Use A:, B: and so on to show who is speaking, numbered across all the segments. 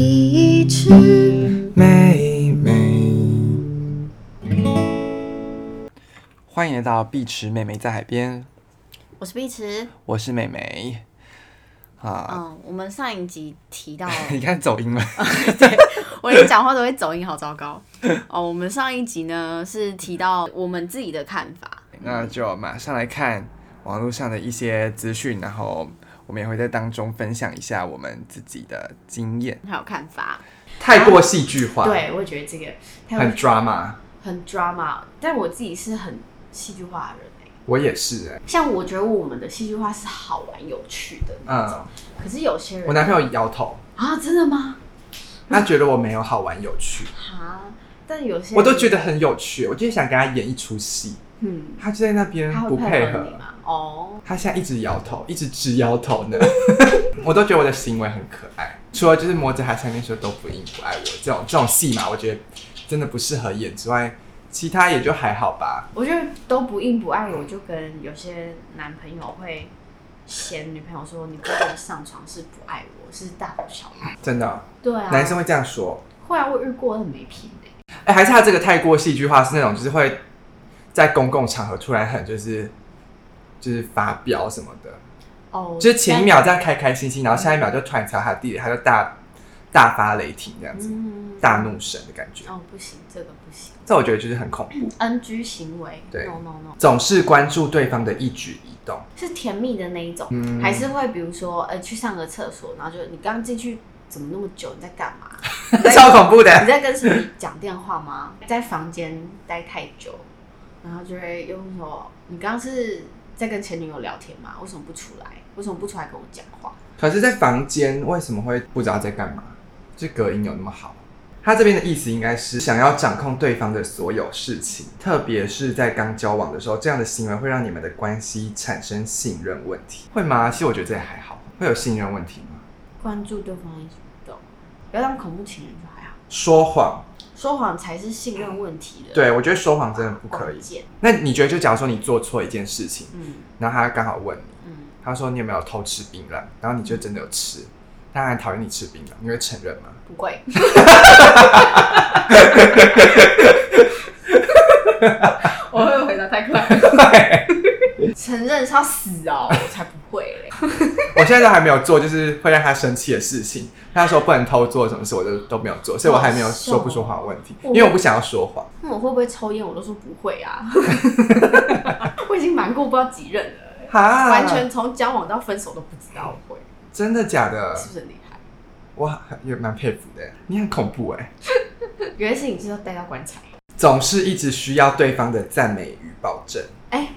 A: 比翅
B: 妹妹，欢迎来到碧池妹妹在海边，
A: 我是碧池。
B: 我是妹妹。啊，
A: 嗯，我们上一集提到，
B: 你看走音了，
A: 我连讲话都会走音，好糟糕。哦，我们上一集呢是提到我们自己的看法，
B: 那就马上来看网络上的一些资讯，然后我们也会在当中分享一下我们自己的经验。
A: 还有看法。
B: 太过戏剧化，，
C: 对，我也觉得这个太
B: 很 drama。
C: 很 drama，但我自己是很戏剧化的人、欸、
B: 我也是、欸，
C: 像我觉得我们的戏剧化是好玩有趣的那种，
B: 嗯，
C: 可是有些人
B: 我男朋友摇头，
C: 啊，真的吗？
B: 他觉得我没有好玩有趣，
C: 啊，但有些人
B: 我都觉得很有趣，我就是想跟他演一出戏，
C: 嗯，
B: 他就在那边
C: 他
B: 不
C: 会
B: 配
C: 合
B: 合
C: 你。吗？哦，
B: 他现在一直摇头，一直直摇头呢。 我都觉得我的行为很可爱，除了就是摸着他下面说都不应不爱我这种这种戏嘛，我觉得真的不适合演之外，其他也就还好吧。
C: 我觉得都不硬不爱我，就跟有些男朋友会嫌女朋友说你不跟我上床是不爱我，是大呼小闹。
B: 真的，
C: 对啊，
B: 男生会这样说。
C: 后来我遇过很没品的、
B: 哎、还是他这个太过戏剧化，是那种就是会在公共场合突然很就是就是发飙什么的，
C: 哦，
B: 就是前一秒这样开开心心，然后下一秒就突然敲他弟弟，他就大大发雷霆这样子，
C: 嗯
B: 大怒神的感觉。
C: 哦，不行，这个不行。
B: 这我觉得就是很恐怖。
C: NG 行为
B: 对
C: ，no no no，
B: 总是关注对方的一举一动。
C: 是甜蜜的那一种，
B: 嗯
C: 还是会比如说呃去上个厕所，然后就你刚进去怎么那么久？你在干嘛？你在
B: 超恐怖的
C: 你在跟谁讲电话吗？在房间待太久，然后就会又问说你刚刚是在跟前女友聊天吗？为什么不出来？为什么不出来跟我讲话？
B: 可是，在房间为什么会不知道在干嘛？这隔音有那么好？他这边的意思应该是想要掌控对方的所有事情，特别是在刚交往的时候，这样的行为会让你们的关系产生信任问题，会吗？其实我觉得这也还好，会有信任问题吗？
C: 关注对方的举动，不要当恐怖情人就还好，
B: 说谎，
C: 说谎才是信任问题的
B: 对我觉得说谎真的不可以
C: 关。键。
B: 那你觉得，就假如说你做错一件事情，
C: 嗯
B: 然后他刚好问你，
C: 嗯。
B: 他说你有没有偷吃槟榔，然后你就真的有吃，他很讨厌你吃槟榔，你会承认吗？
C: 不会。 我会回答太快了，承认是要死哦，我才不会嘞。
B: 我现在都还没有做，就是会让他生气的事情。他说不能偷做什么事，我就都没有做，所以我还没有说不说谎的问题，因为我不想要说谎。
C: 那我会不会抽烟？我都说不会 啊。我已经瞒过不知道几任了，
B: 哈，
C: 完全从交往到分手都不知道我会，
B: 真的假的？
C: 是不是很厉害？
B: 我也蛮佩服的，你很恐怖哎，
C: 有些事情就是要带到棺材。
B: 总是一直需要对方的赞美与保证。
C: 哎，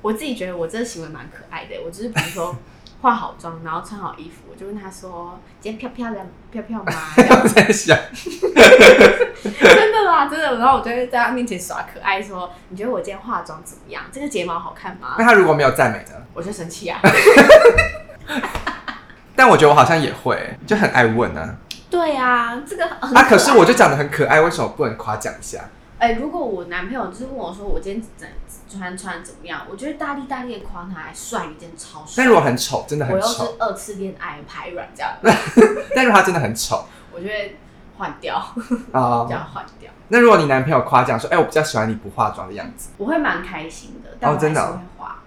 C: 我自己觉得我这个行为蛮可爱的，我就是比如说化好妆，然后穿好衣服，我就问他说：“今天漂漂亮漂漂吗？” 这样
B: 我在想，
C: 真的啦，真的。然后我就会在他面前耍可爱，说：“你觉得我今天化妆怎么样？这个睫毛好看吗
B: 那他如果没有赞美呢？？”
C: 我就生气 啊。
B: 但我觉得我好像也会，就很爱问啊。
C: 对啊，这个很
B: 啊，可是我就长得很可爱，为什么不能夸奖一下？
C: 哎、如果我男朋友就是问我说我今天怎穿穿怎么样，我觉得大力大力的夸他，还帅一件超帅。
B: 但如果很丑，真的
C: 我
B: 很
C: 又是
B: 丑。
C: 二次恋爱排卵这样，
B: 但如果他真的很丑
C: 我就会换掉，
B: 啊、
C: 这样换掉，
B: 那如果你男朋友夸奖说，哎、我比较喜欢你不化妆的样子。
C: 我会蛮开心的，但
B: 哦
C: 我还
B: 真
C: 是
B: 的哦
C: 会化。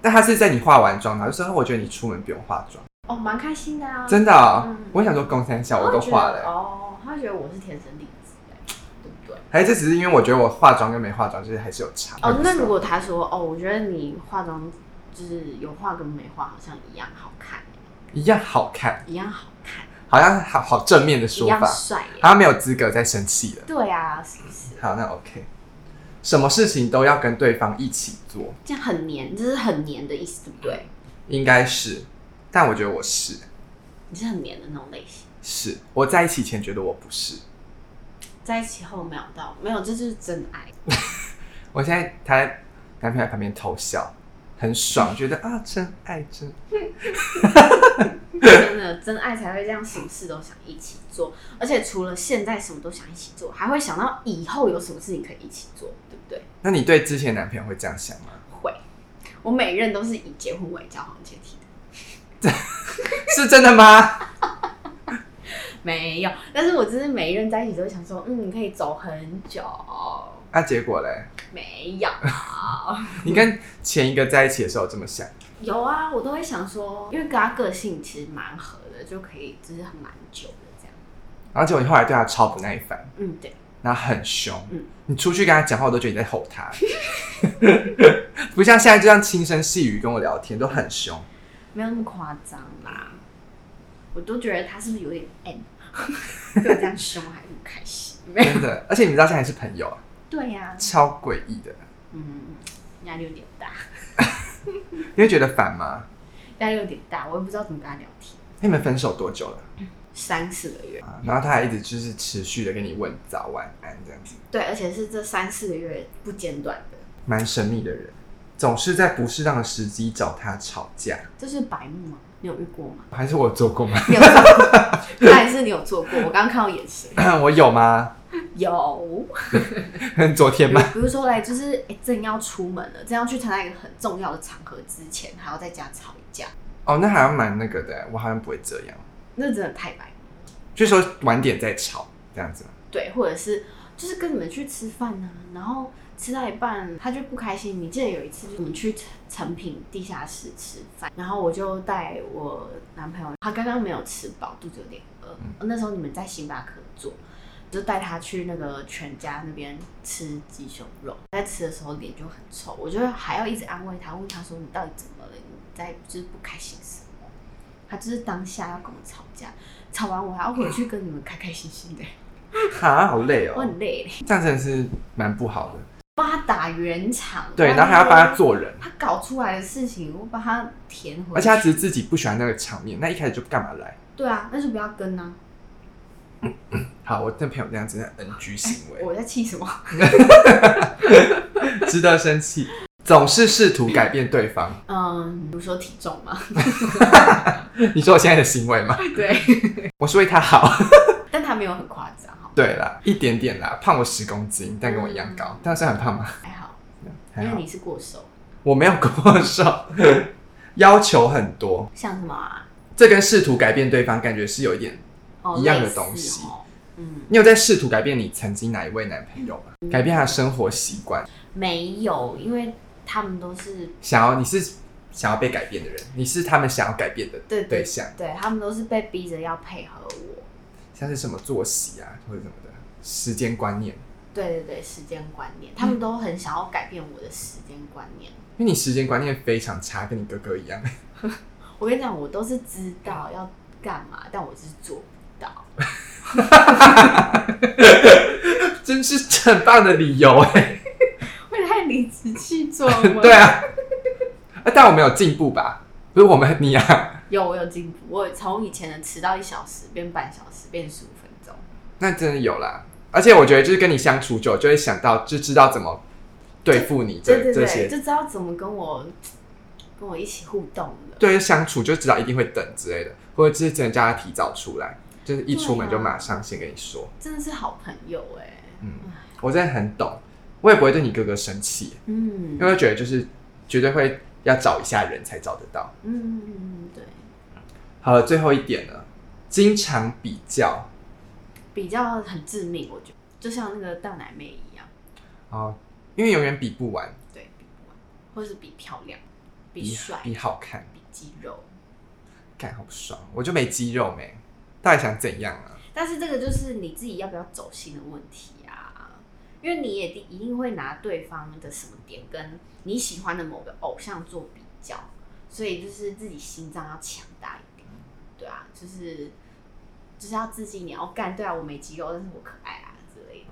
B: 但他是在你化完妆，然后就说：“哦我觉得你出门不用化妆。
C: 哦，蛮开心的啊！”
B: 真的哦、
C: 嗯
B: 我想说公三小
C: 他
B: 我都
C: 会觉
B: 化
C: 得
B: 了、欸
C: 哦，他觉得我是天生丽质、哎，对不对？
B: 还是这只是因为我觉得我化妆跟没化妆就是还是有差。
C: 哦，那如果他说哦，我觉得你化妆就是有化跟没化好像一样好看，
B: 一样好看，
C: 一样好看，
B: 好像好好正面的
C: 一
B: 说
C: 样
B: 法，
C: 帅耶。
B: 好像没有资格再生气了。
C: 对啊，是不是？
B: 好，那 OK，什么事情都要跟对方一起做，
C: 这样很黏，这是很黏的意思，对不对？
B: 应该是，但我觉得我是
C: 你是很黏的那种类型，
B: 是，我在一起前觉得我不是，
C: 在一起后没有到，没有，这就是真爱。
B: 我现在他男朋友在旁边偷笑，很
C: 嗯
B: 爽，觉得啊真爱真爱
C: 真的，真爱才会这样，什么事都想一起做，而且除了现在什么都想一起做，还会想到以后有什么事情可以一起做，对不对？
B: 那你对之前男朋友会这样想吗？
C: 会，我每任都是以结婚为交往前提的。
B: 是真的吗？
C: 没有，但是我只是每一任在一起都会想说，嗯，可以走很久，
B: 啊，结果嘞，
C: 没有。
B: 你跟前一个在一起的时候这么想？
C: 有啊，我都会想说，因为跟他个性其实蛮合的，就可以就是很蛮久的这样。
B: 而且我后来对他超不耐烦，
C: 嗯，对，
B: 然后很凶。
C: 嗯
B: 你出去跟他讲话，我都觉得你在吼他， 不像现在这样轻声细语跟我聊天，都很凶。
C: 没有那么夸张啦。我都觉得他是不是有点 N，对我这样凶还不开心？没有。
B: 真的，而且你们到现在还是朋友啊，
C: 对呀、
B: 超诡异的。
C: 嗯，压力有点大，
B: 你会觉得烦吗？
C: 压力有点大，我也不知道怎么跟他聊天。
B: 你们分手多久了？
C: 三四个月，
B: 啊然后他还一直就是持续的跟你问早晚安这样子，
C: 对，而且是这三四个月不间断的，
B: 蛮神秘的人，总是在不适当的时机找他吵架，
C: 这是白目吗？你有遇过吗？
B: 还是我有做过吗？
C: 你有做过？ 但是你有做过？我刚刚看到眼神，
B: 我有吗？
C: 有。
B: 昨天吗？
C: 比如说嘞，就是哎、诶正要出门了，正要去参加一个很重要的场合之前，还要在家吵一架，
B: 哦，那好像蛮那个的，我好像不会这样，
C: 那真的太白目。
B: 就说晚点再吵这样子。
C: 对，或者是就是跟你们去吃饭呢、然后吃到一半他就不开心。你记得有一次，就是我们去成成品地下室吃饭，然后我就带我男朋友，他刚刚没有吃饱，肚子有点饿。那时候你们在星巴克坐。就带他去那个全家那边吃鸡胸肉，在吃的时候脸就很臭，我就还要一直安慰他，问他说你到底怎么了？你在就是不开心什么？他就是当下要跟我吵架，吵完我还要回去跟你们开开心心的，
B: 哈，好累
C: 我
B: 哦，
C: 很累。
B: 这样真的是蛮不好的。
C: 帮他打圆场，
B: 对，然后还要帮他做人，
C: 他搞出来的事情，我把他填回去。
B: 而且他只是自己不喜欢那个场面，那一开始就干嘛来？
C: 对啊，那就不要跟啊！
B: 好，我这朋友这样子的 NG 行为，
C: 我在气什 么？
B: 值得生气。总是试图改变对方，
C: 嗯，比如说体重嘛，
B: 你说我现在的行为吗？
C: 对，
B: 我是为他好。
C: 但他没有很夸张，好，
B: 对啦，一点点啦，胖我十公斤，但跟我一样高，但是很胖吗？
C: 还好，
B: 还
C: 嗯 因为
B: 好，
C: 你是过瘦，
B: 我没有过瘦， 要求很多，
C: 像什么啊？
B: 这跟试图改变对方感觉是有一点。
C: 哦，
B: 一样的
C: 类似
B: 东西
C: 哦。嗯，
B: 你有在试图改变你曾经哪一位男朋友吗？改变他的生活习惯，
C: 没有，因为他们都是
B: 想要你是想要被改变的人，你是他们想要改变的
C: 对
B: 对象，
C: 对他们都是被逼着要配合我。
B: 像是什么作息啊或者什么的时间观念，
C: 对对对，时间观
B: 嗯
C: 念，他们都很想要改变我的时间观念。
B: 因为你时间观念非常差，跟你哥哥一样。
C: 我跟你讲，我都是知道要干嘛，但我就是做不到。
B: 真是很棒的理由哎、
C: 会太理直气壮吗？
B: 对，啊，啊但我们有进步吧？不是我们你啊，
C: 有我有进步，我从以前的迟到一小时变半小时，变十五分钟。
B: 那真的有啦。而且我觉得就是跟你相处久，就会想到就知道怎么对付你这
C: 对对
B: 这
C: 对，
B: 些，
C: 就知道怎么跟我跟我一起互动了。
B: 对相处就知道一定会等之类的，或者就是真的叫他提早出来，就是一出门
C: 啊
B: 就马上先跟你说。
C: 真的是好朋友哎、
B: 嗯，我真的很懂，我也不会对你哥哥生气，
C: 嗯
B: 因为我觉得就是绝对会要找一下人才找得到。
C: 嗯，对，
B: 好了，最后一点呢，经常比较
C: 比较很致命，我觉得就像那个大奶妹一样，
B: 哦，因为永远比不完，
C: 对比不完，或是比漂亮、比
B: 比
C: 帅、
B: 比好看，
C: 比肌肉。
B: 看好爽，我就没肌肉没，到底想怎样啊？
C: 但是这个就是你自己要不要走心的问题啊，因为你也一定会拿对方的什么点跟你喜欢的某个偶像做比较，所以就是自己心脏要强大一点，对啊，就是就是要自信一点，哦，干，对啊，我没肌肉，但是我可爱啊之类的，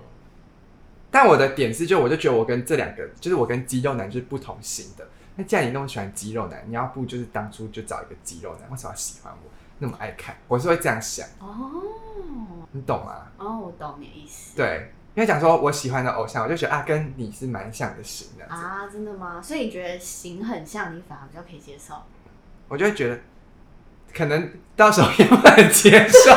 B: 但我的点是，就我就觉得我跟这两个，就是我跟肌肉男就是不同型的。那既然你那么喜欢肌肉男，你要不就是当初就找一个肌肉男，为什么要喜欢我那么爱看？我是会这样想，
C: 哦
B: 你懂吗？
C: 哦，我懂你的意思，
B: 对，因为讲说我喜欢的偶像，我就觉得啊，跟你是蛮像的型的，
C: 啊，真的吗？所以你觉得型很像，你反而比较可以接受？
B: 我就会觉得可能到时候也不能接 受，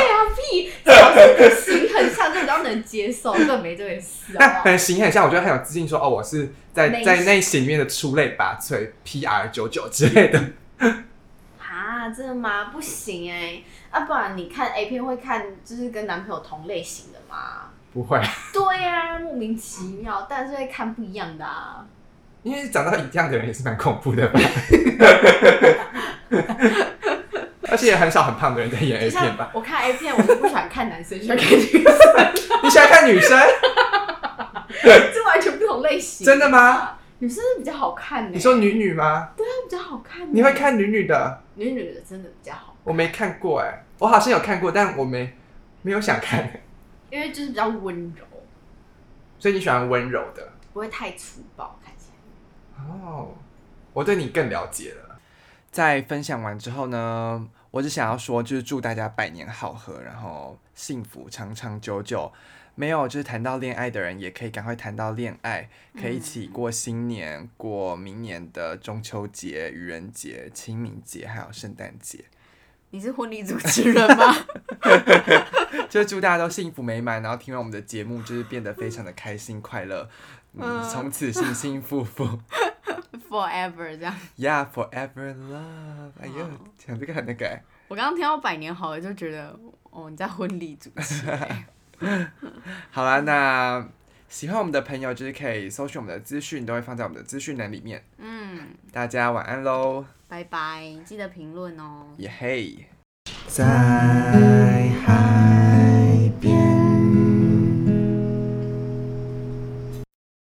C: 屁，只要是型很像就比较能接受，根本没这回事，好不
B: 那
C: 好
B: 可？能型很像，我就会很有自信说哦，我是在
C: 啊内
B: 在内型里面的出类拔萃，PR 九九之类的。
C: 啊，啊，真的吗？不行哎、啊，不然你看 A 片会看就是跟男朋友同类型的吗？
B: 不会，
C: 对呀、莫名其妙，但是会看不一样的啊。
B: 因为长到一样的人也是蛮恐怖 的吧。而且也很少很胖的人在演
C: 就
B: A
C: 像
B: 片吧？
C: 我看 A 片，我就不喜欢看男生，喜欢看女生，
B: 你喜欢看女生？
C: 这完全不同类型。啊
B: 真的吗？
C: 女生是比较好看的、欸
B: 你说女女吗？
C: 真的比较好看、欸
B: 你会？看女女的？
C: 女女的真的比较好，
B: 我没看过哎、我好像有看过，但我没没有想看。
C: 因为就是比较温柔，
B: 所以你喜欢温柔的？
C: 不会太粗暴，看起来。
B: 哦，我对你更了解了。在分享完之后呢，我只想要说，就是祝大家百年好合，然后幸福长长久久。没有，就是谈到恋爱的人，也可以赶快谈到恋爱，可以一起过新年，过明年的中秋节、愚人节、清明节，还有圣诞节。
A: 你是婚礼主持人吗？
B: 就是祝大家都幸福美满，然后听完我们的节目，就是变得非常的开心快乐，嗯，
A: 嗯
B: 从此幸幸福福。
A: forever 这样。
B: Yeah, forever love。哎呦，讲这个很那个、欸。
A: 我刚刚听到百年好合就觉得，哦，你在婚礼主持、欸
B: 好啦，那喜欢我们的朋友就是可以搜寻我们的资讯，都会放在我们的资讯栏里面。
A: 嗯，
B: 大家晚安喽，
A: 拜拜，记得评论哦。
B: 也嘿。在海。